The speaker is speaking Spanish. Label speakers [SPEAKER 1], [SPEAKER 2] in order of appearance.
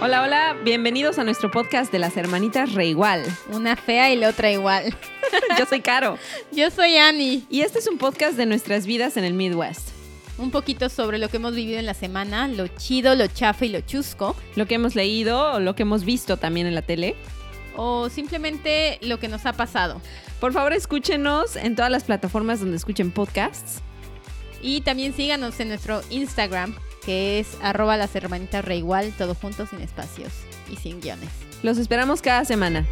[SPEAKER 1] Hola, hola, bienvenidos a nuestro podcast de las hermanitas Reigual.
[SPEAKER 2] Una fea y la otra igual.
[SPEAKER 1] Yo soy Caro
[SPEAKER 2] Yo soy Annie.
[SPEAKER 1] y este es un podcast de nuestras vidas en el Midwest.
[SPEAKER 2] Un poquito sobre lo que hemos vivido en la semana, lo chido, lo chafa y lo chusco,
[SPEAKER 1] Lo que hemos leído, lo que hemos visto también en la tele.
[SPEAKER 2] o simplemente lo que nos ha pasado.
[SPEAKER 1] Por favor, escúchenos en todas las plataformas donde escuchen podcasts.
[SPEAKER 2] Y también síganos en nuestro Instagram, que es arroba las hermanitas reigual, todo junto, sin espacios y sin guiones.
[SPEAKER 1] Los esperamos cada semana.